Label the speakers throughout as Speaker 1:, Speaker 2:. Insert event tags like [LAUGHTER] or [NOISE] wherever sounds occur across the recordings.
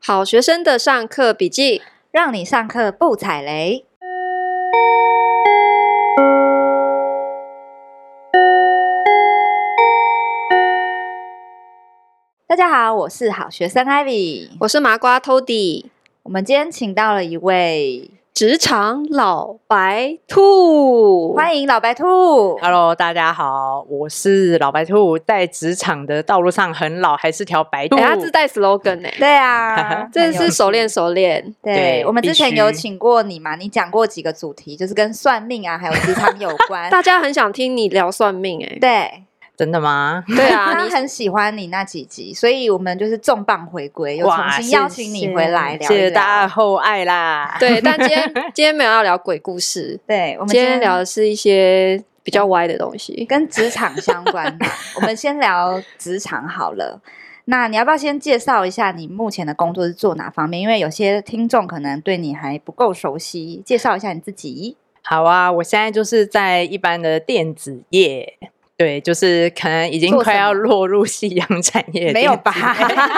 Speaker 1: 好学生的上课笔记，
Speaker 2: 让你上课不踩雷。大家好，我是好学生 Ivy。
Speaker 1: 我是麻瓜 Tody，
Speaker 2: 我们今天请到了一位，
Speaker 1: 职场老白兔，迎
Speaker 2: 欢迎老白兔。
Speaker 3: Hello，大家好，我是老白兔，在职场的道路上很老，还是条白兔。
Speaker 1: 哎
Speaker 2: 哎
Speaker 3: 哎
Speaker 1: 他自带 slogan 呢、，
Speaker 2: 对啊很
Speaker 1: 真
Speaker 2: 有
Speaker 1: 的是熟练熟练。
Speaker 2: 对，
Speaker 3: 对
Speaker 2: 我们之
Speaker 3: 必
Speaker 2: 前
Speaker 3: 须
Speaker 2: 有请过你嘛？你讲过几个主题，就是跟算命啊，还有职场有关。
Speaker 1: [LAUGHS] 大家很想听你聊算命哎、
Speaker 2: 对，
Speaker 3: 真的吗？
Speaker 1: 对啊，
Speaker 2: [LAUGHS]
Speaker 1: [LAUGHS]
Speaker 2: 他
Speaker 1: 你
Speaker 2: 很喜欢你那几集，所以我们就是重磅回归，又重
Speaker 3: 哇
Speaker 2: 新邀请你回来聊一聊。
Speaker 3: 谢谢大家的厚爱啦。
Speaker 1: 对，但今天今天没有要聊鬼故事，
Speaker 2: 对，我们
Speaker 1: 今天聊的是一些比较歪的东西。
Speaker 2: 跟职场相关的， [LAUGHS] 我们先聊职场好了。那你要不要先介绍一下你目前的工作是做哪方面？因为有些听众可能对你还不够熟悉，介绍一下你自己。
Speaker 3: 好啊，我现在就是在一般的电子业。对，就是可能已经
Speaker 2: 做
Speaker 3: 快
Speaker 2: 什
Speaker 3: 要
Speaker 2: 么
Speaker 3: 落入夕阳产业的电子业，
Speaker 2: 没有吧？ [LAUGHS]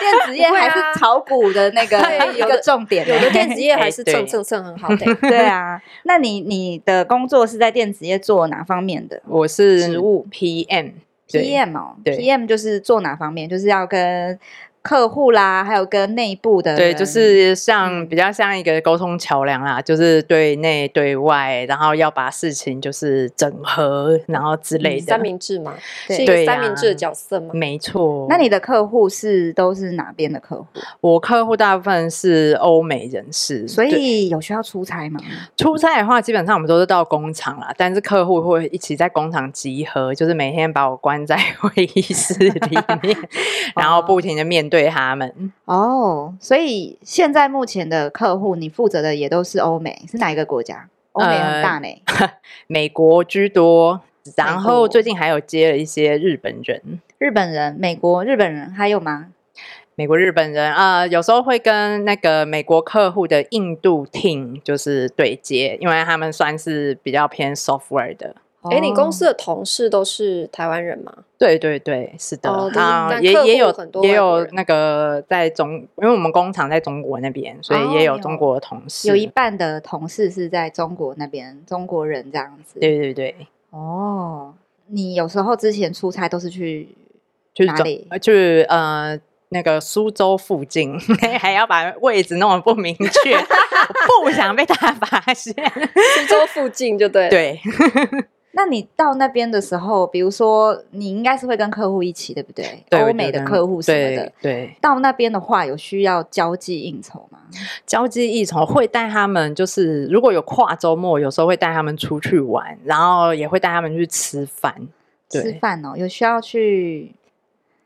Speaker 2: 电子业
Speaker 1: 不会
Speaker 2: 还
Speaker 1: 啊
Speaker 2: 是炒股的那个
Speaker 1: [LAUGHS] 对
Speaker 2: 一
Speaker 1: 有
Speaker 2: 个
Speaker 1: 的
Speaker 2: 重点呢、啊
Speaker 1: [LAUGHS] 有的电子业还是
Speaker 3: 对
Speaker 1: 蹭蹭蹭很好 [LAUGHS] 的欸、
Speaker 2: 对啊，那你你的工作是在电子业做哪方面的
Speaker 3: 我是
Speaker 2: 职务
Speaker 3: PM，对
Speaker 2: ？PM 哦
Speaker 3: 对
Speaker 2: ，PM 就是做哪方面？就是要跟客户啦，还有跟内部的
Speaker 3: 对，
Speaker 2: 人
Speaker 3: 就是像
Speaker 2: 嗯
Speaker 3: 比较像一个沟通桥梁啦，就是对内对外，然后要把事情就是整合，然后之类
Speaker 2: 嗯
Speaker 3: 的
Speaker 1: 三。明治嘛，
Speaker 2: 对
Speaker 1: 是一个
Speaker 3: 对
Speaker 1: 三明治的
Speaker 3: 啊
Speaker 1: 角色嘛。
Speaker 3: 没错，
Speaker 2: 那你的客户是都是哪边的客户？
Speaker 3: 我客户大部分是欧美人士，
Speaker 2: 所
Speaker 3: 对
Speaker 2: 以有需要出差吗？
Speaker 3: 出差的话，基本上我们都是到工厂啦，但是客户会一起在工厂集合，就是每天把我关在会议室里面，
Speaker 2: [LAUGHS]
Speaker 3: [LAUGHS] 然后不停的面对他们。
Speaker 2: 哦，所以现在目前的客户，你负责的也都是欧美，是哪一个国家？欧美很大呢。
Speaker 3: 美国居多，然
Speaker 2: 美国
Speaker 3: 后最近还有接了一些日本人。
Speaker 2: 日本人、美国、日本人还有吗？
Speaker 3: 美国、日本人啊、呃有时候会跟那个美国客户的印度 team 就是对接，因为他们算是比较偏 software 的。
Speaker 1: 哎、你公司
Speaker 2: 哦
Speaker 1: 的同事都是台湾人 [LAUGHS] 吗？
Speaker 3: 对对对，是的，
Speaker 1: 哦就是
Speaker 3: 啊、
Speaker 1: 但
Speaker 3: 也
Speaker 1: 客户
Speaker 3: 也有
Speaker 1: 很多
Speaker 3: 也
Speaker 1: 外国
Speaker 3: 有
Speaker 1: 人
Speaker 3: 那个在中，因为我们工厂在中国那边，所
Speaker 2: 哦
Speaker 3: 以也有
Speaker 2: 有
Speaker 3: 中国的同事。
Speaker 2: 有一半的同事是在中国那边，中国人这样子。
Speaker 3: 对对对，
Speaker 2: 哦，你有时候之前出差都是去
Speaker 3: 就是
Speaker 2: 哪
Speaker 3: 中
Speaker 2: 里
Speaker 3: 呃就是呃那个苏州附近， [LAUGHS] 还要把位置弄得不明确，我不想被大家发现。
Speaker 1: 苏州附近就对了。
Speaker 3: 对，
Speaker 2: 那你到那边的时候，比如说你应该是会跟客户一起，对不对？
Speaker 3: 对
Speaker 2: 欧美的客户什么的
Speaker 3: 对。对，
Speaker 2: 到那边的话，有需要交际应酬吗？
Speaker 3: 交际应酬会带他们，就是如果有跨周末，有时候会带他们出去玩，然后也会带他们去吃饭。对
Speaker 2: 吃饭哦，有需要去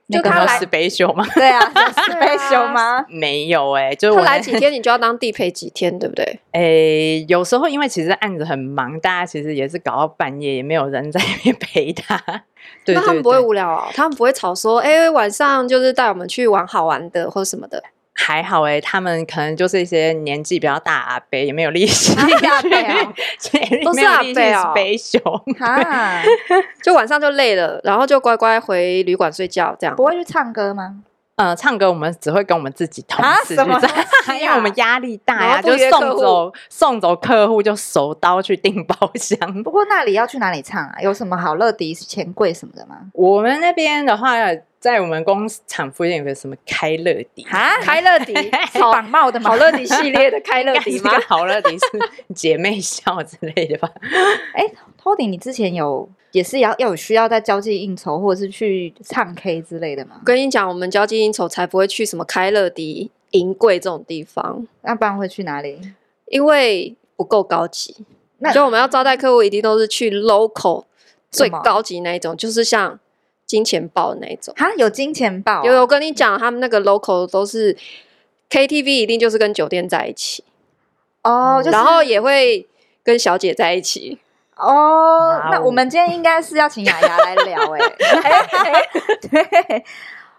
Speaker 2: 那
Speaker 1: 就
Speaker 2: 个
Speaker 1: 他
Speaker 2: 吗
Speaker 3: 有
Speaker 1: 来
Speaker 3: 十杯酒吗？
Speaker 2: [LAUGHS] 对啊，有 s
Speaker 1: 对
Speaker 2: p
Speaker 1: 啊
Speaker 2: e 吗？
Speaker 3: 没有哎、就是
Speaker 1: 他
Speaker 3: 我
Speaker 1: 来
Speaker 3: 那
Speaker 1: 几天，你就要当地陪几天，对不对？
Speaker 3: 诶，有时候因为其实案子很忙，大家其实也是搞到半夜，也没有人在那边陪他。 [LAUGHS] [LAUGHS] 对
Speaker 1: 那他
Speaker 3: 对
Speaker 1: 们不会
Speaker 3: 对
Speaker 1: 无聊哦，他们不会吵说，哎、晚上就是带我们去玩好玩的或什么的。
Speaker 3: 还好诶，他们可能就是一些年纪比较大的阿伯，也没有力气
Speaker 2: 啊是 [LAUGHS] 阿伯哦
Speaker 3: 所以
Speaker 1: 都是
Speaker 3: 没有
Speaker 1: 阿
Speaker 3: 力
Speaker 1: 伯
Speaker 3: 气
Speaker 1: 哦
Speaker 3: 杯酒。
Speaker 2: 哈，
Speaker 1: 就晚上就累了，然后就乖乖回旅馆睡觉，这样
Speaker 2: 不。会去唱歌吗？
Speaker 3: 呃，唱歌我们只会跟我们自己同
Speaker 2: 啊
Speaker 3: 事
Speaker 2: 什么
Speaker 3: 去
Speaker 2: 东 [LAUGHS] 西
Speaker 3: 唱，
Speaker 2: 啊
Speaker 3: 因为我们压力大
Speaker 1: 然
Speaker 3: 呀、
Speaker 1: 后不
Speaker 3: 就
Speaker 1: 约
Speaker 3: 送
Speaker 1: 客户
Speaker 3: 走送走客户就手刀去订包厢 [LAUGHS]
Speaker 2: 不。过那里要去哪里唱啊？有什么好乐迪、钱柜什么的吗？
Speaker 3: 我们那边的话，在我们工厂附近有个什么开乐迪，
Speaker 2: 啊，
Speaker 1: [LAUGHS] 开乐
Speaker 2: [LAUGHS]
Speaker 1: 迪，
Speaker 2: 是
Speaker 1: 好
Speaker 2: 绑帽的吗
Speaker 1: 好？乐迪系列的开乐
Speaker 3: 应该
Speaker 1: 迪
Speaker 3: 是
Speaker 1: 吗？
Speaker 2: [LAUGHS]
Speaker 3: 跟好乐迪是姐妹笑之类的吧？
Speaker 2: 哎 t o d y 你之前有也是要要有需要在交际应酬或者是去唱 K 之类的吗
Speaker 1: 我？跟你讲，我们交际应酬才不会去什么开乐迪、银柜这种地方，
Speaker 2: 那不然会去哪里？
Speaker 1: 因为不够高级。
Speaker 2: 那
Speaker 1: 就我们要招待客户，一定都是去 local 最
Speaker 2: 什么
Speaker 1: 高级那一种，就是像金钱豹那一种。
Speaker 2: 哈，有金钱豹、啊
Speaker 1: 有有跟你讲，他们那个 local 都是 KTV，一定就是跟酒店在一起，
Speaker 2: 哦，就
Speaker 1: 嗯
Speaker 2: 是
Speaker 1: 然后也会跟小姐在一起。
Speaker 2: 哦，
Speaker 3: 哇
Speaker 2: 那
Speaker 3: 哦
Speaker 2: 我们今天应该是要请雅雅来聊哎、
Speaker 1: [LAUGHS]
Speaker 2: 对，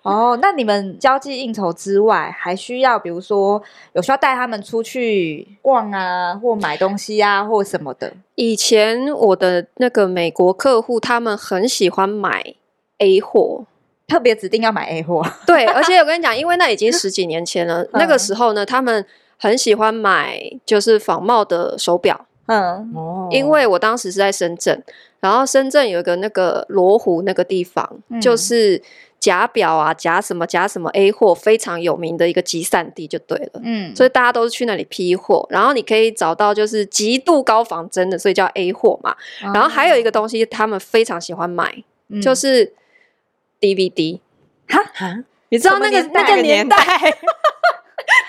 Speaker 2: 哦，那你们交际应酬之外，还需要比如说有需要带他们出去逛啊，或买东西啊，或什么的
Speaker 1: 以前我的那个美国客户，他们很喜欢买 A 货，
Speaker 2: 特别指定要买 A 货，
Speaker 1: 对，而且我跟你讲，因为那已经十几年前了，那个时候呢，他们很喜欢买就是仿冒的手表，
Speaker 2: 嗯
Speaker 3: 哦
Speaker 1: 因为我当时是在深圳，然后深圳有一个那个罗湖那个地方，
Speaker 2: 嗯
Speaker 1: 就是假表啊、假什么假什么 A 货非常有名的一个集散地就对了。
Speaker 2: 嗯，
Speaker 1: 所以大家都是去那里批货，然后你可以找到就是极度高仿真的，所以叫 A 货嘛。然后还有一个东西，他们非常喜欢买，
Speaker 2: 哦嗯
Speaker 1: 就是
Speaker 2: [LAUGHS]
Speaker 1: DVD。
Speaker 3: 哈
Speaker 1: 你知道那个
Speaker 2: 什么
Speaker 1: 那
Speaker 2: 年代
Speaker 1: 个年代，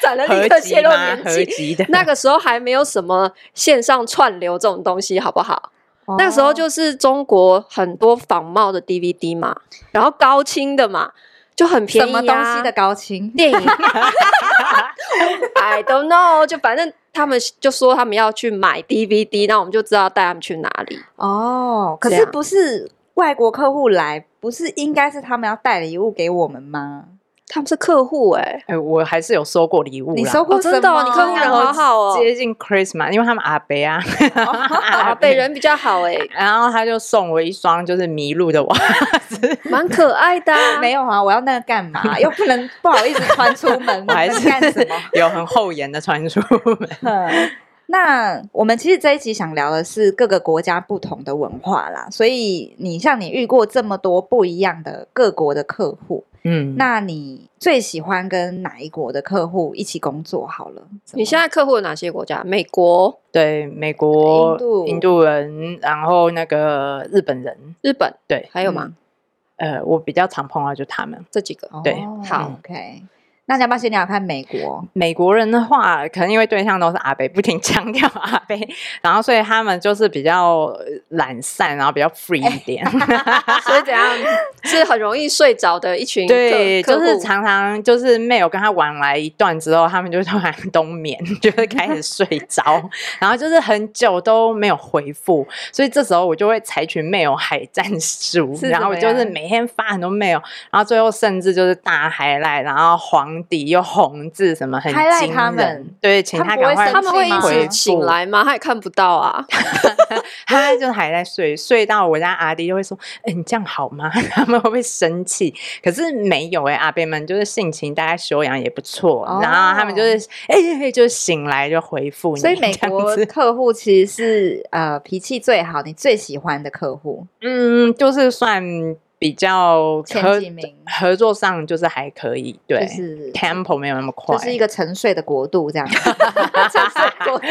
Speaker 2: 转 [LAUGHS] 了立
Speaker 3: 合
Speaker 2: 刻
Speaker 3: 集
Speaker 2: 泄露
Speaker 3: 吗？
Speaker 2: 年
Speaker 3: 合
Speaker 2: 纪， [LAUGHS]
Speaker 3: 集的
Speaker 1: 那个时候还没有什么线上串流这种东西，好不好？
Speaker 2: 哦
Speaker 1: 那个时候就是中国很多仿冒的 DVD 嘛，然后高清的嘛，就很便
Speaker 2: 什
Speaker 1: 宜、啊
Speaker 2: 么东西的？高清，
Speaker 1: 电影啊？I don't know，就反正他们就说他们要去买 DVD，那我们就知道带他们去哪里。
Speaker 2: 哦，可
Speaker 1: 这
Speaker 2: 是
Speaker 1: 样
Speaker 2: 不是外国客户来，不是应该是他们要带礼物给我们吗？
Speaker 1: 他们是客户哎、
Speaker 3: 哎，我还是有收过礼物啦，
Speaker 2: 你收过
Speaker 1: 哦，
Speaker 2: 什
Speaker 1: 真
Speaker 2: 么？
Speaker 1: 的、哦，你客户人好好哦，
Speaker 3: 接近 Christmas，因为他们阿伯啊，
Speaker 1: 啊，北人比较好哎、
Speaker 3: 然后他就送我一双就是麋鹿的袜 [LAUGHS] 子，
Speaker 1: [LAUGHS] 蛮可爱的、 [LAUGHS] 啊。
Speaker 2: 没有啊，我要那个干
Speaker 1: [LAUGHS]
Speaker 2: 嘛？又不能不好意思穿出门，
Speaker 3: 我还
Speaker 2: 能
Speaker 3: 是
Speaker 2: 干什么？
Speaker 3: 有很厚颜的穿出
Speaker 2: [LAUGHS]
Speaker 3: 门。
Speaker 2: 嗯那我们其实这一集想聊的是各个国家不同的文化啦，所以你像你遇过这么多不一样的各国的客户，
Speaker 3: 嗯，
Speaker 2: 那你最喜欢跟哪一国的客户一起工作？好了，怎么
Speaker 1: 你现在客户有哪些国家？美国、
Speaker 3: 对美国、
Speaker 2: 印度
Speaker 3: 人，然后那个日本人，
Speaker 1: 日本，
Speaker 3: 对，
Speaker 1: 还有吗？
Speaker 3: 呃，我比较常碰到就他们。
Speaker 1: 这几个。
Speaker 3: 对
Speaker 2: 哦
Speaker 1: 好
Speaker 2: ，OK。那你要不要先聊看美国？
Speaker 3: 美国人的话，可能因为对象都是阿北，不停强调阿北， [LAUGHS] 然后所以他们就是比较呃懒散，然后比较 free 一
Speaker 2: [LAUGHS]
Speaker 3: 点。
Speaker 1: [LAUGHS] 所以怎样是很容易睡着的一
Speaker 2: 哎
Speaker 1: 群客
Speaker 3: 对，
Speaker 1: 客
Speaker 3: 就
Speaker 1: 户
Speaker 3: 是常常就是 m a 有跟他往来一段之后，他们就突然 [LAUGHS] 冬眠，就是开始睡
Speaker 2: [LAUGHS]
Speaker 3: 着，然后就是很久都没有回复，所以这时候我就会采取 m a 海战术，
Speaker 2: 是
Speaker 3: 然后我
Speaker 2: 怎么
Speaker 3: 就是
Speaker 2: 样
Speaker 3: 每天发很多 m a 然后最后甚至就是大海赖，然后黄底又红字什么很
Speaker 2: highlight
Speaker 3: 惊
Speaker 2: 他们
Speaker 3: 人，对，请
Speaker 2: 他们不
Speaker 3: 他赶
Speaker 2: 会
Speaker 3: 快
Speaker 2: 生
Speaker 1: 他们会
Speaker 2: 气吗
Speaker 1: 一起醒来吗？他也看不到 [LAUGHS] 啊。
Speaker 3: 他就是还在睡，睡到我家阿弟就会说：“哎、你这样好吗？” [LAUGHS] 他们会不会生气？可是没有哎、阿伯们就是性情大家修养也不错，
Speaker 2: 哦
Speaker 3: 然后他们就是哎、欸就醒来就回复你，
Speaker 2: 所以美
Speaker 3: 这样
Speaker 2: 国
Speaker 3: 子
Speaker 2: 客户其实是呃脾气最好，你最喜欢的客户
Speaker 3: 嗯，就是算比较
Speaker 2: 前
Speaker 3: 合
Speaker 2: 几名，
Speaker 3: 合作上就是还可以，对、
Speaker 2: 就是
Speaker 3: tempo 没有那么快，
Speaker 2: 就是一个沉睡的国度这样。沉睡国度。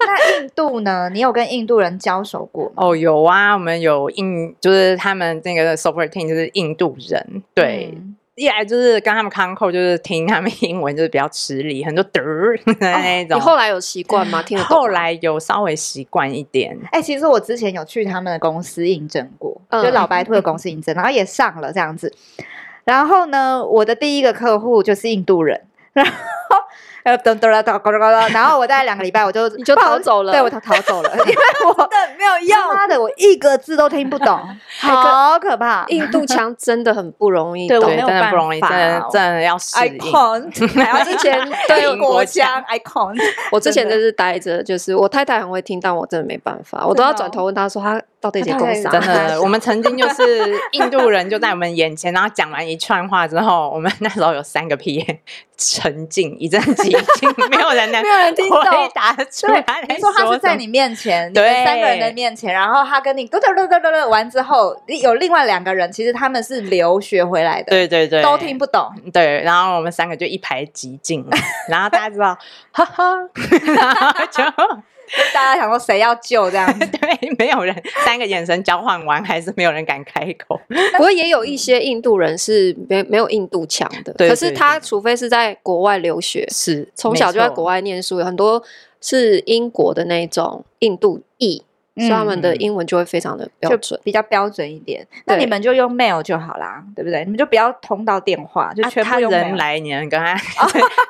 Speaker 2: 那印度呢？你有跟印度人交手过吗？
Speaker 3: 哦，有啊，我们有印，就是他们那个 support team 就是印度人，对，
Speaker 2: 嗯
Speaker 3: 一来就是跟他们 c o n c o 就是听他们 [LAUGHS] 英文就是比较吃力，很多嘚儿
Speaker 2: 哦
Speaker 3: [LAUGHS] 那
Speaker 1: 哦你
Speaker 3: 种。
Speaker 1: 后来有习惯吗？听得懂吗
Speaker 3: 后来有稍微习惯一点，
Speaker 2: 哎、其实我之前有去他们的公司应征过，
Speaker 1: 嗯
Speaker 2: 就老白兔的公司应征，然后也上了这样子。然后呢，我的第一个客户就是印度人，然后 [LAUGHS] 呃，噔噔噔噔噔噔，然后我大概两个礼拜我就
Speaker 1: 你就逃走了
Speaker 2: 对我逃逃走了，因为我
Speaker 4: 的没有
Speaker 2: 他妈的我一个字都听不懂，好可怕。
Speaker 1: [LAUGHS] 印度腔真的很不容易
Speaker 2: 对我
Speaker 1: 懂
Speaker 2: 没
Speaker 3: 对，
Speaker 2: 有
Speaker 3: 真的
Speaker 2: 办
Speaker 3: 不容易，
Speaker 2: 法哦哎
Speaker 3: 真的真的要适应。
Speaker 2: Icon，然后之前
Speaker 3: 对
Speaker 2: 英国腔 Icon，
Speaker 1: 我之前就是待着，就是我太太很会听，但我真的没办法，我都要转头问她说她到底在工啥
Speaker 2: 她到
Speaker 3: 真
Speaker 2: 底
Speaker 3: [LAUGHS] 的，我们曾经就是印度人就在我们眼前，然后讲完一串话之后，我们 [LAUGHS] 那时候有三个 P 沉静一阵寂静，没有人
Speaker 2: [LAUGHS]
Speaker 3: 能没有人
Speaker 2: 听懂
Speaker 3: 回答出来
Speaker 2: 对，
Speaker 3: 在
Speaker 2: 你说他是
Speaker 3: 什
Speaker 2: 在
Speaker 3: 么
Speaker 2: 你面前，你
Speaker 3: 对
Speaker 2: 们三个人的面前，然后他跟你嘟嘟嘟嘟嘟嘟完之后，有另外两个人，其实他们是留学回来的，
Speaker 3: 对对对，
Speaker 2: 都听不懂。
Speaker 3: 对，然后我们三个就一排极静，然后大家知道，哈哈， [LAUGHS] 然后就？
Speaker 2: 大家想说谁要救这样子
Speaker 3: 对，没有人三个眼神交换完，还是没有人敢开口。
Speaker 1: 不过也有一些印度人是没没有印度腔的，
Speaker 3: 对
Speaker 1: 可是
Speaker 3: 对
Speaker 1: 他
Speaker 3: 对
Speaker 1: 除非是在国外留学，
Speaker 3: [LAUGHS] 是，
Speaker 1: 从小就在国
Speaker 3: 外，
Speaker 1: 外念书，有很多是英国的那种印度裔，所以他们的
Speaker 3: 嗯
Speaker 1: 英文就会非常的标
Speaker 2: 就
Speaker 1: 准。
Speaker 2: 比较标准一点，那
Speaker 1: 对
Speaker 2: 你们就用 mail 就好啦，对不对？你们就不要通到电话，就
Speaker 3: 啊
Speaker 2: 全
Speaker 3: 他
Speaker 2: 部用 mail
Speaker 3: 人来，你能跟他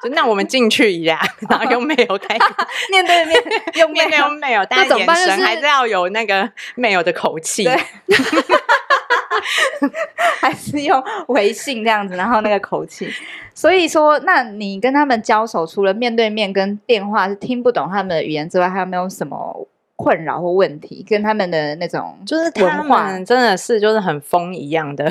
Speaker 3: 就那我们进去一下，然后又没有开口，
Speaker 2: 面对面用
Speaker 3: 没
Speaker 2: mail
Speaker 3: 有没有，但
Speaker 1: 那怎么
Speaker 3: 眼
Speaker 1: 办就
Speaker 3: 神
Speaker 1: 是
Speaker 3: 还是要有那个没有的口气。
Speaker 2: 对还是用微信这样子，然后那个口气。所以说，那你跟他们交手，除了面对面跟电话是听不懂他们的语言之外，还有没有什么困扰或问题，跟他们的那种
Speaker 3: 就是他
Speaker 2: 文化
Speaker 3: 们真的是就是很风一样的，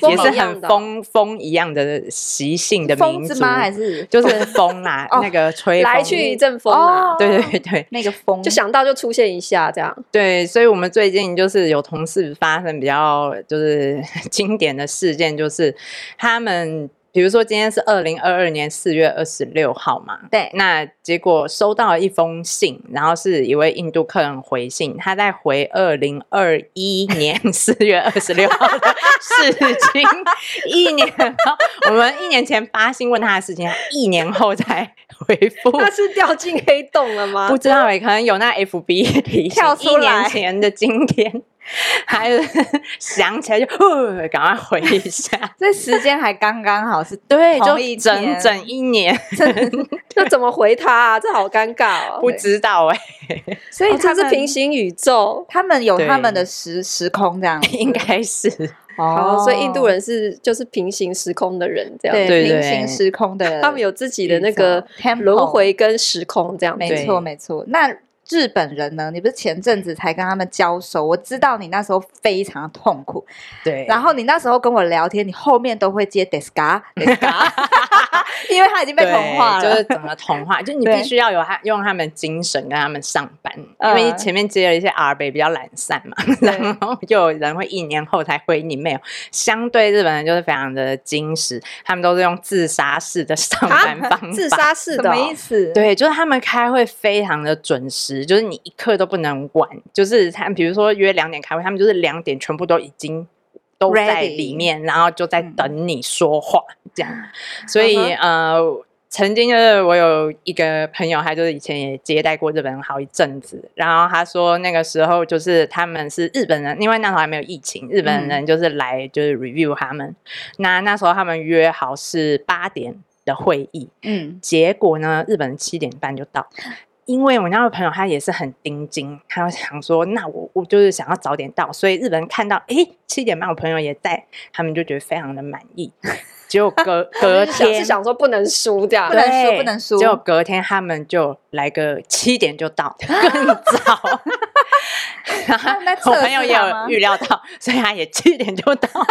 Speaker 1: 风
Speaker 3: 也是
Speaker 1: 一样
Speaker 3: 很
Speaker 1: 的
Speaker 3: 风风一样的习性的
Speaker 2: 疯
Speaker 3: 民
Speaker 2: 子
Speaker 3: 族，
Speaker 2: 吗？还是，
Speaker 3: 就是风啦
Speaker 2: 哦
Speaker 3: 那个吹
Speaker 1: 来
Speaker 3: 风
Speaker 1: 去一阵风啊，
Speaker 3: 对对对
Speaker 2: [LAUGHS] 那个风
Speaker 1: 就想到就出现一下这样。
Speaker 3: 对，所以我们最近就是有同事发生比较就是 [LAUGHS] 经典的事件，就是他们比如说今天是二零二二年四月二十六号嘛，
Speaker 2: 对
Speaker 3: 那结果收到了一封信，然后是一位印度客人回信，他在回二零二一年四月二十六号的事情，一年后我们一年前发信问他的事情，他一年后才回复。
Speaker 1: 他是掉进黑洞了吗
Speaker 3: 哦不？知道哎、可能有那 FB 提醒
Speaker 2: 跳出
Speaker 3: 一年
Speaker 2: 来
Speaker 3: 前的今天， [LAUGHS] 还有想起来就呃赶快回一
Speaker 2: [LAUGHS]。
Speaker 3: 下
Speaker 2: 这时间还刚刚好
Speaker 1: 哦
Speaker 2: 是
Speaker 3: 对，
Speaker 2: 同一
Speaker 3: 就整
Speaker 2: 天
Speaker 3: 整一年，
Speaker 1: 那怎么回他啊？这好尴尬哦。
Speaker 3: 不知道哎、
Speaker 2: 所以
Speaker 1: 哦
Speaker 2: 他
Speaker 1: 这
Speaker 2: 们、
Speaker 1: 是平行宇宙。
Speaker 2: 他们有他
Speaker 3: 对
Speaker 2: 们的时时空
Speaker 1: [LAUGHS]
Speaker 2: 这样子，
Speaker 3: 应该是
Speaker 1: 哦，所以印度
Speaker 2: 人
Speaker 1: 人是就是平行时空的人这样，
Speaker 2: 对
Speaker 3: 对
Speaker 2: 平
Speaker 3: 对
Speaker 2: 行时空的，
Speaker 1: 他们有自己的那个轮回，跟时空这样子。
Speaker 2: 没错没错。那日本人呢？你不是前阵子才跟他们交手？我知道你那时候非常痛苦，
Speaker 3: [LAUGHS] 对。
Speaker 2: 然后你那时候跟我聊天，你后面都会接
Speaker 3: [LAUGHS]
Speaker 2: deska deska，因为他已经被
Speaker 3: 对
Speaker 2: 同化
Speaker 3: 就
Speaker 2: 了
Speaker 3: 是。怎么同化，就你
Speaker 2: 对
Speaker 3: 必须要有他用他们精神跟他们上班，因为
Speaker 2: 嗯
Speaker 3: 前面接了一些 R 北比较懒散嘛，然后又有人会一年后才回你 mail。相对日本人就是非常的矜持，他们都是用自杀式的上班方法，
Speaker 1: 啊自杀式
Speaker 2: 什
Speaker 1: 的
Speaker 2: 么
Speaker 1: 哦、
Speaker 2: 意思？
Speaker 3: 对，就是他们开会非常的准时，就是你一刻都不能晚。就是他们比如说约两点开会，他们就是两点全部都已经都在
Speaker 2: Ready
Speaker 3: 里面，然后就在
Speaker 2: 嗯
Speaker 3: 等你说话、这样。所以、
Speaker 1: 嗯
Speaker 3: 呃，曾经就是我有一个朋友，他就是以前也接待过日本人好一阵子，然后他说那个时候就是他们是日本人，因为那时候还没有疫情，日本人就是来就是 review 他们。那那时候他们约好是八点的会议，
Speaker 2: 嗯，
Speaker 3: 结果呢，日本人七点半就到。因为我那个朋友他也是很盯紧，他想说，那我我就是想要早点到，所以日本人看到，诶七点半我朋友也在，他们就觉得非常的满
Speaker 2: [LAUGHS]
Speaker 3: 意。结果隔隔
Speaker 1: 是想
Speaker 3: 天
Speaker 1: 是想说不能输这样
Speaker 2: 不。能输
Speaker 3: 对
Speaker 2: 不能输
Speaker 3: 结果隔天他们就来个七点就到，更早。然后
Speaker 2: 们在测
Speaker 3: [LAUGHS] 我
Speaker 2: 试
Speaker 3: 朋友也
Speaker 2: 他吗
Speaker 3: 有预料到， [LAUGHS] 所以他也七点就到。 [LAUGHS]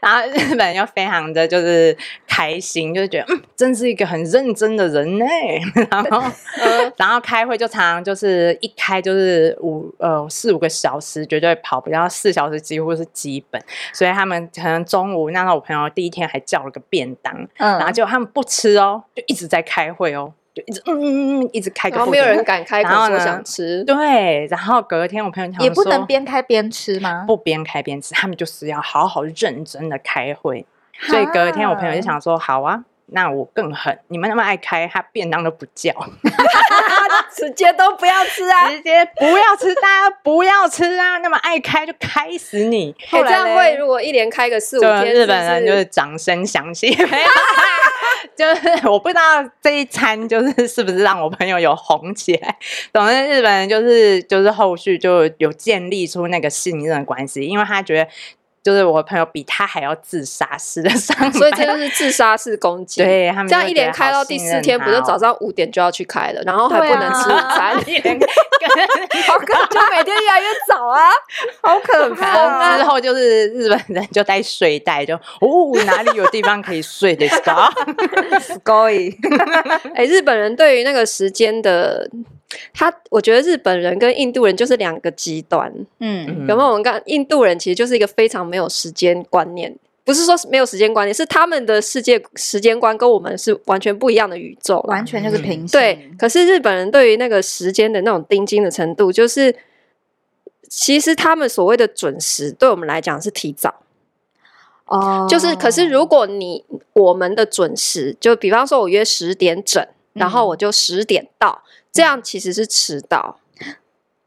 Speaker 3: 然后日本人又非常的就是开心，就是觉得嗯，真是一个很认真的人呢。 [LAUGHS] 然后
Speaker 1: 嗯，
Speaker 3: [LAUGHS] 然后开会就常常就是一开就是五呃四五个小时，绝对跑不掉四小时，几乎是基本。所以他们可能中午那时候我朋友第一天还叫了个便当，
Speaker 2: 嗯，
Speaker 3: 然后结果他们不吃哦，就一直在开会哦，就一直嗯嗯嗯嗯一直开个
Speaker 1: 然
Speaker 3: 不
Speaker 1: 后
Speaker 3: 停，
Speaker 1: 没有人敢开口
Speaker 3: 然后
Speaker 1: 说
Speaker 3: 呢
Speaker 1: 想吃，
Speaker 3: [LAUGHS] 对。然后隔天我朋友想
Speaker 2: 也不能
Speaker 3: 说
Speaker 2: 边开边吃吗？
Speaker 3: [LAUGHS] 不边开边吃，他们就是要好好认真的开会。所以隔天我朋友就想说，好啊。那我更狠，你们那么爱开，他便当都不叫， [LAUGHS]
Speaker 1: 直接都不要吃啊！
Speaker 3: 直接不要吃，大家不要吃啊！那么爱开就开死你！
Speaker 1: 哎、
Speaker 2: 后来
Speaker 1: 这样
Speaker 2: 嘞
Speaker 1: 会如果一连开个四五
Speaker 3: 就
Speaker 1: 天，
Speaker 3: 日本人
Speaker 1: 不
Speaker 3: 就是掌声响起， [LAUGHS] 没有
Speaker 1: [LAUGHS]
Speaker 3: 就是我不知道这一餐就是 [LAUGHS] 是不是让我朋友有红起来。总之，日本人就是就是后续就有建立出那个信任关系，因为他觉得就是我朋友比他还要自杀式的上班，
Speaker 1: 所以这就是自杀式攻击。，
Speaker 3: 对他们
Speaker 1: 这样
Speaker 3: 就
Speaker 1: 一
Speaker 3: 觉得
Speaker 1: 连开
Speaker 3: 好
Speaker 1: 到第
Speaker 3: 信
Speaker 1: 四
Speaker 3: 任
Speaker 1: 天，
Speaker 3: 他
Speaker 1: 不就
Speaker 3: [LAUGHS] 哦
Speaker 1: 早上五点就要去开了，然后还不能吃
Speaker 2: 啊
Speaker 1: 午
Speaker 2: [LAUGHS]
Speaker 1: 餐，
Speaker 3: 一
Speaker 1: [LAUGHS]
Speaker 3: 连开
Speaker 2: 好可啊就每天越来越早啊，好可怕
Speaker 3: 之
Speaker 2: 啊！
Speaker 3: 后就是日本人就带睡袋，就哦哪里有地方可以睡的
Speaker 1: [LAUGHS]
Speaker 3: 啊？
Speaker 2: s c o y
Speaker 1: [LAUGHS] 哎、日本人对于那个时间的，他我觉得日本人跟印度人就是两个极端。
Speaker 2: 嗯，
Speaker 1: 有没有？我们看印度人其实就是一个非常没有时间观念，不是说是没有时间观念，是他们的世界时间观跟我们是完全不一样的宇宙啦。
Speaker 2: 完全就是平行。
Speaker 1: 对，可是日本人对于那个时间的那种盯紧的程度，就是其实他们所谓的准时，对我们来讲是提早。
Speaker 2: 哦，
Speaker 1: 就是，可是如果你我们的准时，就比方说我约十点整，然
Speaker 2: 嗯
Speaker 1: 后我就十点到，这样其实是迟到。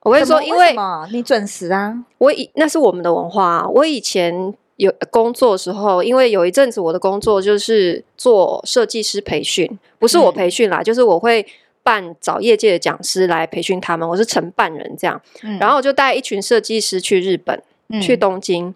Speaker 1: 我跟你
Speaker 2: 怎么
Speaker 1: 说，因为
Speaker 2: 什么你准时啊，
Speaker 1: 我以那是我们的文化、啊。我以前有工作的时候，因为有一阵子我的工作就是做设计师培训，不是我
Speaker 2: 嗯
Speaker 1: 培训啦，就是我会办找业界的讲师来培训他们，我是承办人这样。
Speaker 2: 嗯
Speaker 1: 然后我就带一群设计师去日本，去
Speaker 2: 懂
Speaker 1: 东京。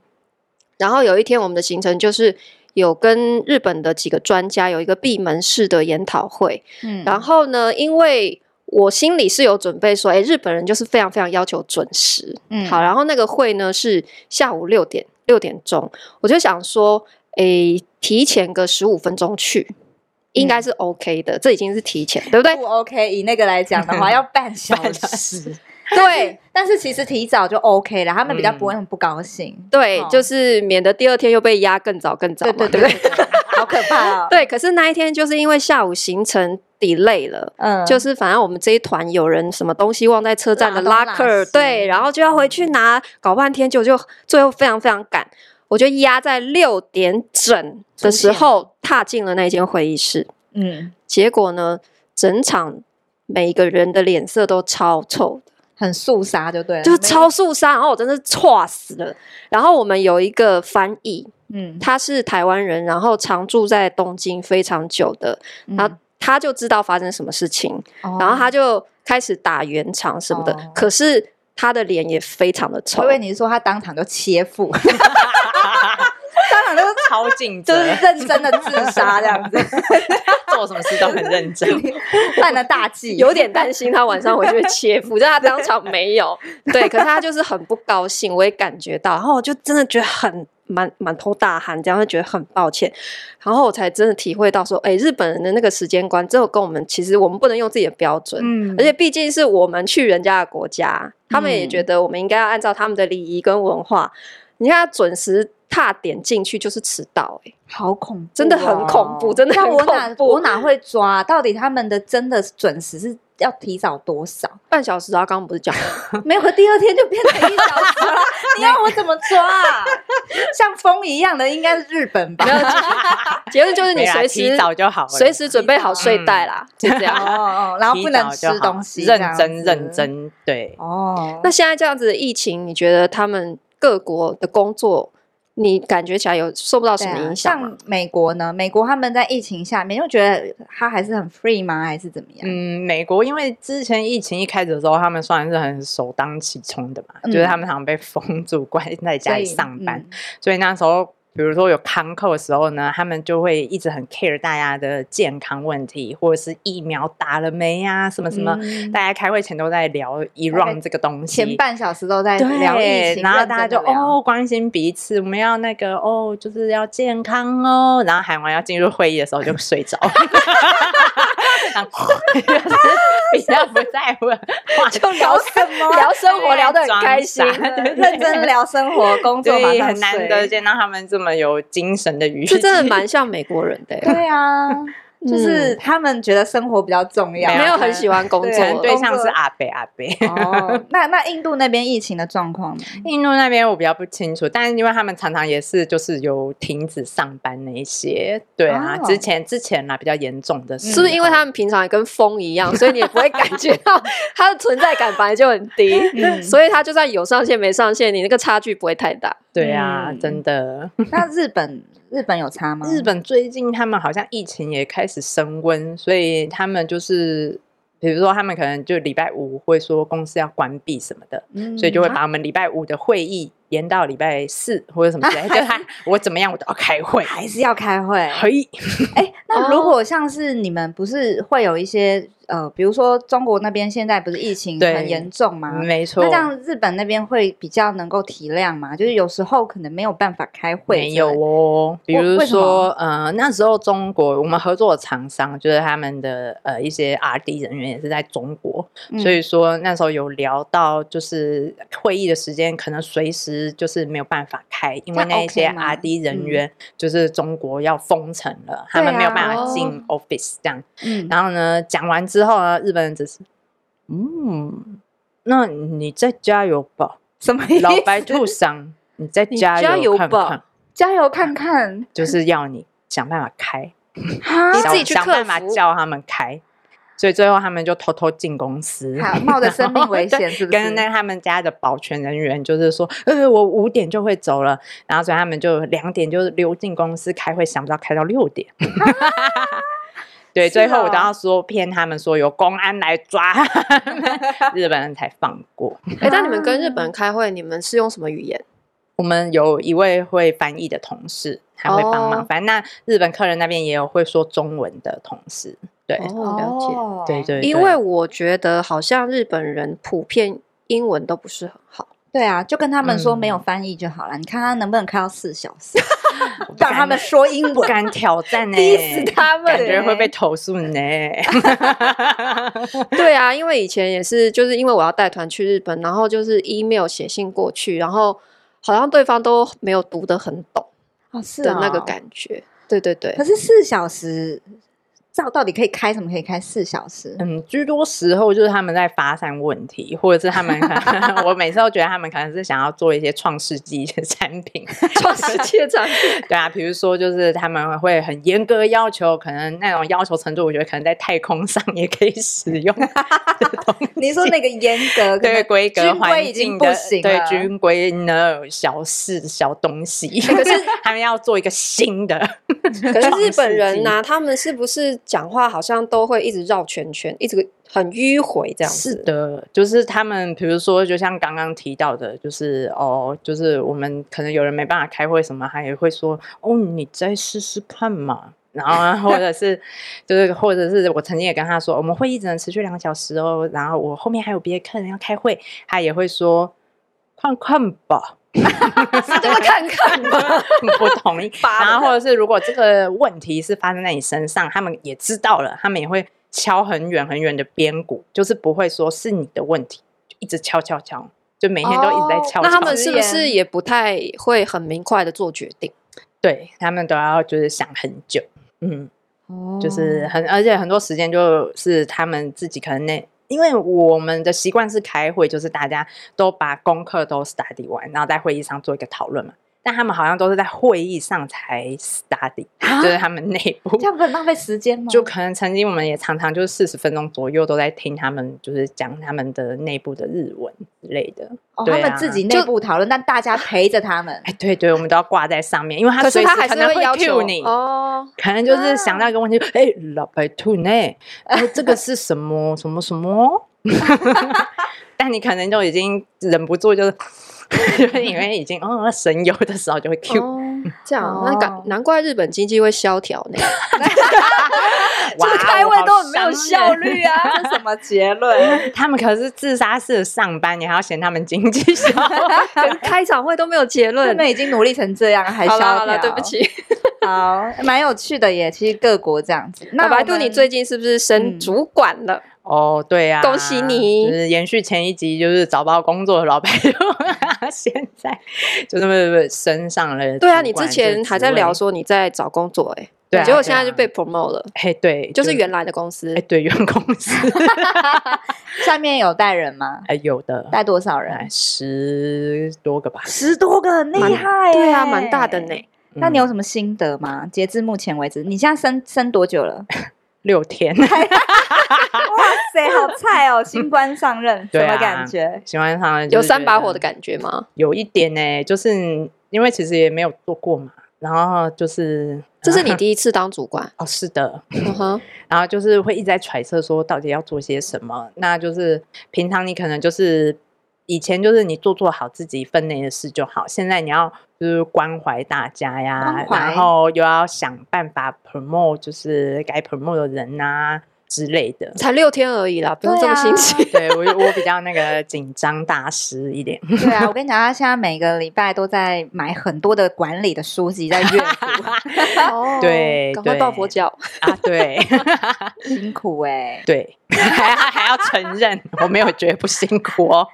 Speaker 1: 然后有一天我们的行程就是有跟日
Speaker 2: 嗯
Speaker 1: 本的几个专家有一个闭门式的研讨会，然后呢，因为我心里是有准备说，哎、日本人就是非常非常要求准时。
Speaker 2: 嗯
Speaker 1: 好，然后那个会呢是下午六点六点钟，我就想说，诶、提前个十五分钟去。应该是
Speaker 2: 嗯
Speaker 1: OK 的，这已经是提前，对不对？
Speaker 2: 不 OK，以那个来讲的
Speaker 1: [LAUGHS]
Speaker 2: 话，要半小
Speaker 3: 半小
Speaker 2: 时。
Speaker 1: 对
Speaker 2: [LAUGHS] 但是其实提早就 OK 了，他们比较不
Speaker 1: 嗯
Speaker 2: 会很不高兴。
Speaker 1: 对，
Speaker 2: 哦
Speaker 1: 就是免得第二天又被压更早更早嘛，
Speaker 2: 对
Speaker 1: 对不
Speaker 2: 对
Speaker 1: 对？
Speaker 2: 对， [LAUGHS] 好可怕哦。
Speaker 1: [LAUGHS] 对，可是那一天就是因为下午行程 delay 了，
Speaker 2: 嗯，
Speaker 1: 就是是反正我们这一团有人什么东西忘在车站的
Speaker 2: 落东
Speaker 1: locker，
Speaker 2: 落西
Speaker 1: 对，然后就要回去拿，搞半天就就最后非常非常赶，我就压在六点整的时候踏进了那间会议室，
Speaker 2: 嗯，
Speaker 1: 结果呢，整场每一个人的脸色都超臭的
Speaker 2: 很肃杀就对了，
Speaker 1: 就是超肃杀，然后我真的是歘死了。然后我们有一个翻译，
Speaker 2: 嗯，
Speaker 1: 他是台湾人，然后常住在东京非常久的，然后他就知道发生什么事情，
Speaker 2: 嗯
Speaker 1: 然后他就开始打圆场什么的，
Speaker 2: 哦
Speaker 1: 可是他的脸也非常的臭
Speaker 2: 我以，为你是说他当场就切腹，
Speaker 1: [LAUGHS]
Speaker 2: 当场就
Speaker 3: 超尽责
Speaker 2: 就是，认真的自杀这
Speaker 1: [LAUGHS]
Speaker 2: 样子，
Speaker 3: 做什么事都很
Speaker 2: [LAUGHS]
Speaker 3: 认真。
Speaker 2: 犯了大忌，
Speaker 1: 有点担心他晚上回去
Speaker 3: [LAUGHS]
Speaker 1: 会切腹，但他当场没有，对，可是他就是很不高兴，我也感觉到，然后我就真的觉得很。满满头大汗，这样会觉得很抱歉，然后我才真的体会到说，哎、日本人的那个时间观，真的跟我们其实我们不能用自己的标准，
Speaker 2: 嗯
Speaker 1: 而且毕竟是我们去人家的国家，他们也
Speaker 3: 嗯
Speaker 1: 觉得我们应该要按照他们的礼仪跟文化。你看他准时踏点进去就是迟到、欸，
Speaker 2: 好恐怖哦，
Speaker 1: 真的很恐怖真的
Speaker 2: 那
Speaker 1: 很
Speaker 2: 我
Speaker 1: 恐
Speaker 2: 哪
Speaker 1: 怖
Speaker 2: 我哪会抓？到底他们的真的准时是要提早多少？
Speaker 1: 半小时啊，刚刚不是讲？
Speaker 2: 没有，可第二天就变成一小时了。你要我怎么抓、啊？ [LAUGHS] 像风一样的应该是日本吧
Speaker 1: 没？有，结论就是你
Speaker 3: 没啦
Speaker 1: 随
Speaker 3: 提
Speaker 1: 时
Speaker 3: 早就好了嗯
Speaker 1: 随时准备好睡袋啦，就这
Speaker 2: 哦 [LAUGHS]
Speaker 1: 样。
Speaker 2: 哦，然后不能
Speaker 3: 提
Speaker 2: 吃
Speaker 3: 早就好
Speaker 2: 东西，这
Speaker 3: 认
Speaker 2: 样子
Speaker 3: 真认。真，对。
Speaker 2: 哦，
Speaker 1: 那现在这样子的疫情，你觉得他们各国的工作，你感觉起来有受不到什
Speaker 2: 对
Speaker 1: 么
Speaker 2: 啊
Speaker 1: 影响吗？
Speaker 2: 像美国呢？美国他们在疫情下面，又觉得他还是很 free 吗？还是怎么样？
Speaker 3: 嗯，美国因为之前疫情一开始的时候，他们算是很首当其冲的嘛，
Speaker 2: 嗯
Speaker 3: 就是他们常被封住，关在家里
Speaker 2: 所以
Speaker 3: 上班，所以那时候。比如说有康扣的时候呢，他们就会一直很 care 大家的健康问题，或者是疫苗打了没呀、什么什么，
Speaker 2: 嗯哎
Speaker 3: 大家开会前都在聊一
Speaker 2: 大概
Speaker 3: round 这个东西，
Speaker 2: 前半小时都在
Speaker 3: 对，
Speaker 2: 聊疫情，
Speaker 3: 然后
Speaker 2: 认
Speaker 3: 大家
Speaker 2: 真
Speaker 3: 就
Speaker 2: 地聊，
Speaker 3: [LAUGHS] 哦关心彼此，我们要那个哦，就是要健康哦。然后喊完要进入会议的时候就睡 [LAUGHS] 着，然后就是比较不在乎话题，
Speaker 2: 就聊什么？
Speaker 1: 聊生活聊得很开心，
Speaker 3: 装
Speaker 2: [LAUGHS]
Speaker 3: 傻
Speaker 2: 认真聊生活、工作，
Speaker 3: 所
Speaker 2: 马
Speaker 3: 以
Speaker 2: 上
Speaker 3: 很难
Speaker 2: 睡
Speaker 3: 得。见到他们这么有精神的语气
Speaker 1: 这。真的蛮像美国人的、欸，嗯
Speaker 2: 对啊， [LAUGHS]
Speaker 3: 嗯
Speaker 2: 就是他们觉得生活比较重要，
Speaker 1: 没有很喜欢工
Speaker 2: 对
Speaker 1: 作
Speaker 3: 可能
Speaker 1: 了，
Speaker 3: 对象是阿北阿 [LAUGHS] 北，
Speaker 2: 哦，那那印度那边疫情的状况呢？
Speaker 3: 印度那边我比较不清楚，但是因为他们常常也是就是有停止上班那一些，对啊，
Speaker 2: 哦
Speaker 3: 之前之前啦比较严重的时候，
Speaker 1: 是不是
Speaker 2: 嗯
Speaker 1: 因为他们平常也跟风一样，所以你也不会感觉到它的存在感本来就很低，
Speaker 2: 嗯
Speaker 1: 所以它就算有上限没上限，你那个差距不会太
Speaker 2: [LAUGHS]
Speaker 1: 大。
Speaker 3: 对啊，
Speaker 2: 嗯
Speaker 3: 真的。
Speaker 2: 那日本日本有差吗？
Speaker 3: 日本最近他们好像疫情也开始升温，所以他们就是，比如说他们可能就礼拜五会说公司要关闭什么的，
Speaker 2: 本
Speaker 3: 所以就会把我们礼拜五的会议延到礼拜四或者什么之类的。就
Speaker 2: [LAUGHS]
Speaker 3: 他我怎么样我都要开会，
Speaker 2: 还是要开会。
Speaker 3: 可以
Speaker 2: 哎，那
Speaker 1: 哦
Speaker 2: 如果像是你们不是会有一些呃，比如说中国那边现在不是疫情
Speaker 3: 对
Speaker 2: 很严重吗？
Speaker 3: 没错
Speaker 2: 那这。样日本那边会比较能够体谅吗？就是有时候可能没有办法开会，
Speaker 3: 没有，哦，比如
Speaker 2: 为什么
Speaker 3: 说，呃，那时候中国我们合作的厂商，就是他们的呃一些 R D 人员也是在中国，
Speaker 2: 嗯
Speaker 3: 所以说那时候有聊到，就是会议的时间可能随时就是没有办法开，因为
Speaker 2: 那
Speaker 3: 那一些
Speaker 2: OK 吗嗯
Speaker 3: R D 人员就是中国要封城了，他
Speaker 2: 啊
Speaker 3: 们没有办
Speaker 2: 哦
Speaker 3: 法进 office 这样。
Speaker 2: 嗯
Speaker 3: 然后呢，讲完之后呢，日本人只是，嗯，那你再加油吧，
Speaker 2: 什么意思
Speaker 3: 老白兔桑，你再
Speaker 1: 你
Speaker 3: 加
Speaker 1: 加
Speaker 3: 油
Speaker 1: 油
Speaker 3: 看
Speaker 1: 吧
Speaker 3: 看，
Speaker 2: [LAUGHS] 加油看看
Speaker 3: 就是要你想办法开，
Speaker 2: 哈
Speaker 1: 你
Speaker 3: 想
Speaker 1: 自己去
Speaker 3: 想办
Speaker 1: 克
Speaker 3: 法
Speaker 1: 服
Speaker 3: 叫他们开。所以最后他们就偷偷进公司，
Speaker 2: 好冒着生命危险，是不是？
Speaker 3: 跟那他们家的保全人员就是说，呃，我五点就会走了，然后所以他们就两点就溜进公司开会，想不到开到六点。 [LAUGHS] 对，
Speaker 2: 啊是
Speaker 3: 最后我都
Speaker 2: 哦
Speaker 3: 要说骗他们说有公安来抓他
Speaker 2: [LAUGHS]
Speaker 3: 们日本人才放过。
Speaker 1: 哎、但你们跟日本人开会，你们是用什么语言？
Speaker 3: 我们有一位会翻译的同事，他会帮忙。
Speaker 1: 哦
Speaker 3: 反正那日本客人那边也有会说中文的同事，对，
Speaker 1: 哦，了解。
Speaker 2: 哦
Speaker 3: 对对对，
Speaker 1: 因为我觉得好像日本人普遍英文都不是很好，
Speaker 2: 对啊，就跟他们说没有
Speaker 3: 嗯
Speaker 2: 翻译就好了，你看他能不能开到四小时，
Speaker 3: [LAUGHS] 我不
Speaker 2: 让
Speaker 3: 敢
Speaker 2: 他们说英
Speaker 3: 不
Speaker 2: 文。
Speaker 3: 敢
Speaker 1: [LAUGHS]
Speaker 3: 挑战呢、
Speaker 1: 逼死他们欸
Speaker 3: 感觉会被投诉呢。 [LAUGHS]
Speaker 1: 对啊，因为以前也是，就是因为我要带团去日本，然后就是 email 写信过去，然后好像对方都没有读得很懂
Speaker 2: 哦，是
Speaker 1: 的那个
Speaker 2: 哦。
Speaker 1: 感觉。对对
Speaker 3: [LAUGHS]
Speaker 1: 对
Speaker 2: 可，是四小时，照到底可以开什么？可以开四小时？
Speaker 3: 嗯，居多时候就是他们在发散问题，或者是他们可能， [LAUGHS] 我每次都觉得他们可能是想要做一些创世纪的产品，
Speaker 1: 创世界展
Speaker 3: 对啊，比如说就是他们会很严格要求，可能那种要求程度，我觉得可能在太空上也可以使用这东西。
Speaker 2: 你说那个严格，可
Speaker 3: [LAUGHS] 对
Speaker 2: 能
Speaker 3: 规格
Speaker 2: 军
Speaker 3: 环
Speaker 2: 规已
Speaker 3: 境
Speaker 2: 经
Speaker 3: 的
Speaker 2: 不行
Speaker 3: 对
Speaker 2: 了
Speaker 3: 军规呢小事小
Speaker 2: [LAUGHS]
Speaker 3: 东西，
Speaker 1: 可是
Speaker 3: 他们要做一个新的，
Speaker 1: [LAUGHS]
Speaker 3: [LAUGHS]
Speaker 1: 可是日本人
Speaker 3: 呢？
Speaker 1: 呐、他们是不是讲话好像都会一直绕圈圈，一直很迂回这样子？
Speaker 3: 是的，就是他们，比如说，就像刚刚提到的，就是哦，就是我们可能有人没办法开会什么，他也会说哦，你再试试看嘛。 [LAUGHS] 然后啊或者是就是或者是我曾经也跟他说，我们会议只能持续两小时哦，然后我后面还有别的客人要开会，他也会说看看吧。 [LAUGHS]
Speaker 1: 就是看看吧。
Speaker 3: 不同意。然后或者是如果这个问题是发生在你身上，他们也知道了，他们也会敲很远很远的边鼓，就是不会说是你的问题，就一直敲敲敲，就每天都一直在
Speaker 2: 哦
Speaker 3: 敲敲。
Speaker 1: 那他们是不
Speaker 2: 直
Speaker 1: 是
Speaker 2: 言
Speaker 1: 也不太会很明快的做决定？
Speaker 3: 对他们都要就是想很久，嗯，
Speaker 2: 哦
Speaker 3: 就是很而且很多时间就是他们自己可能那。因为我们的习惯是开会，就是大家都把功课都 study 完，然后在会议上做一个讨论嘛。但他们好像都是在会议上才 study，、就是
Speaker 1: 啊
Speaker 3: 他们内部
Speaker 2: 哦这样不很浪费时间吗？
Speaker 3: 就可能曾经我们也常常就是四十分钟左右都在听他们就是讲他们的内部的日文之类的。
Speaker 2: 哦，他
Speaker 3: 对
Speaker 2: 们
Speaker 3: 啊
Speaker 2: 自己内部讨论，但大家陪着他们。
Speaker 3: 哎，对对，我们都要挂在上面，因为他
Speaker 1: 可是
Speaker 3: 随
Speaker 1: 他
Speaker 3: 时
Speaker 1: 还
Speaker 3: 可
Speaker 1: 是
Speaker 3: 能
Speaker 1: 会要
Speaker 3: cue
Speaker 1: 求
Speaker 3: 你。
Speaker 1: 哦，
Speaker 3: 可能就是想到一个问题，
Speaker 1: 啊
Speaker 3: 哎、老白兔呢？哦，这个是什么什么什么？ [LAUGHS] 但你可能就已经忍不住，就是 [LAUGHS] 就是因为已经哦神游的时候就会 Q，、
Speaker 1: 哦 [LAUGHS] 这样，那感
Speaker 2: 哦
Speaker 1: 难怪日本经济会萧条呢。
Speaker 3: [LAUGHS] 哇，
Speaker 2: 这开
Speaker 3: 我
Speaker 2: 会
Speaker 3: 好
Speaker 2: 都很没有
Speaker 3: 伤
Speaker 2: 效
Speaker 3: 人
Speaker 2: 率啊！这什么结
Speaker 3: [LAUGHS]
Speaker 2: 论？
Speaker 3: 他们可是自杀式的上班，你还要嫌他们经济效
Speaker 1: [LAUGHS]
Speaker 3: 益
Speaker 1: 开场会都没有结
Speaker 2: 他
Speaker 1: 论。
Speaker 2: 们已经努力成这样，
Speaker 1: [LAUGHS]
Speaker 2: 还
Speaker 1: 好
Speaker 2: 萧
Speaker 1: 了
Speaker 2: 条。
Speaker 1: 好了，对不。起。
Speaker 3: [LAUGHS]
Speaker 2: 好，蛮有趣的耶。其实各国这样子。那
Speaker 1: 老白
Speaker 2: 我
Speaker 1: 兔，你
Speaker 2: 们
Speaker 1: 最近是不是升主管了？
Speaker 3: 哦，对呀、啊，
Speaker 1: 恭喜你
Speaker 3: 就是延续前一集，就是找不到工作的老板， [LAUGHS] 现在就这么升上了主管这个职
Speaker 1: 对
Speaker 3: 位。
Speaker 1: 啊，你之前还在聊说你在找工作，哎，
Speaker 3: 对啊
Speaker 1: 结果现在
Speaker 3: 对啊
Speaker 1: 就被 promote 了，
Speaker 3: 嘿，对，
Speaker 1: 就是原来的公司
Speaker 3: 哎，。对原公司
Speaker 2: 下面有带人吗？
Speaker 3: 哎有的，
Speaker 2: 带多少
Speaker 3: 哎
Speaker 2: 人？
Speaker 3: 十多个吧。
Speaker 2: 十多个，很
Speaker 1: 蛮
Speaker 2: 厉害哎耶。
Speaker 1: 对啊，蛮大的呢。
Speaker 2: 那你有
Speaker 3: 嗯
Speaker 2: 什么心得吗？截至目前为止，你现在升升多久 [LAUGHS] 了？
Speaker 3: 六天？
Speaker 2: 谁好菜 [LAUGHS] 哦，新官上任，
Speaker 3: 对
Speaker 2: 什么
Speaker 3: 啊
Speaker 2: 感觉？
Speaker 3: 喜欢上了就
Speaker 1: 有
Speaker 3: 是
Speaker 1: 三
Speaker 3: 觉
Speaker 1: 把
Speaker 3: 得
Speaker 1: 火的感觉吗？
Speaker 3: 有一点呢，就是因为其实也没有做过嘛，然后就是，
Speaker 1: 这是你第一次当主管
Speaker 3: 哦，是的，
Speaker 1: 嗯哼，。
Speaker 3: 然后就是会一直在揣测说到底要做些什么。那就是平常你可能就是以前就是你做做好自己分内的事就好，现在你要就是关怀大家呀
Speaker 2: 关，怀
Speaker 3: 然后又要想办法 promote 就是该 promote 的人呐、之类的
Speaker 1: 才六天而已啦，不用这么心急。
Speaker 3: 对我我比较那个紧张大师一点，
Speaker 2: 对啊，我跟你讲，他现在每个礼拜都在买很多的管理的书籍在阅 [LAUGHS] 读，
Speaker 1: 哦
Speaker 3: 对
Speaker 1: [LAUGHS] 赶快抱佛脚。
Speaker 3: [LAUGHS] 啊，对
Speaker 2: 辛苦哎、
Speaker 3: [LAUGHS] 对，还要还要承认，我没有觉得不辛苦哦。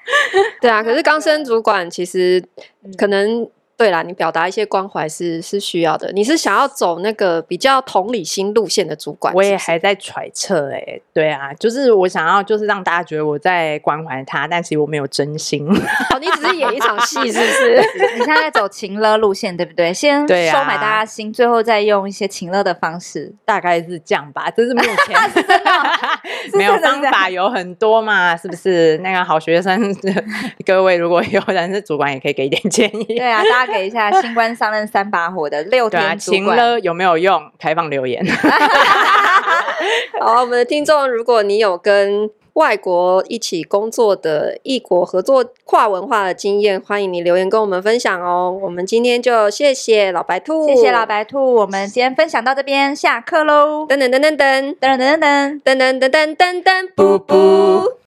Speaker 1: 对啊，可是刚升主管其实
Speaker 2: 嗯
Speaker 1: 可能对啦，你表达一些关怀是是需要的。你是想要走那个比较同理心路线的主管，
Speaker 3: 我也
Speaker 1: 是不是
Speaker 3: 还在揣测哎、对啊，就是我想要就是让大家觉得我在关怀他，但其实我没有真 [LAUGHS] 心。
Speaker 1: 哦，你只是演一场
Speaker 2: [LAUGHS]
Speaker 1: 戏，是不是？
Speaker 2: 你现在在走情乐路线，对不对？先
Speaker 3: 对啊
Speaker 2: 收买大家心，最后再用一些情乐的方式。
Speaker 3: 大概是这样吧，这 [LAUGHS] 是目前没有
Speaker 2: 真的是
Speaker 3: 方
Speaker 2: 这样
Speaker 3: 法有很多嘛，是不是？那个好学生，各位如果有人是主管，也可以给一点建议
Speaker 2: [LAUGHS] 对。啊，大家给一下新官上任三把火
Speaker 3: [LAUGHS]
Speaker 2: 的六
Speaker 3: 对啊，
Speaker 2: 天主
Speaker 3: 情
Speaker 2: 管。
Speaker 3: 了有没有用？开放留言。
Speaker 1: 好，我们的听众，如果你有跟外国一起工作的异国合作跨文化的经验，欢迎你留言跟我们分享哦。我们今天就谢谢老白兔，
Speaker 2: 谢谢老，白兔，我们今天分享到这边，下课喽！
Speaker 1: 噔噔噔噔噔
Speaker 2: 噔噔噔噔。
Speaker 1: 噔噔噔噔噔噔，布布。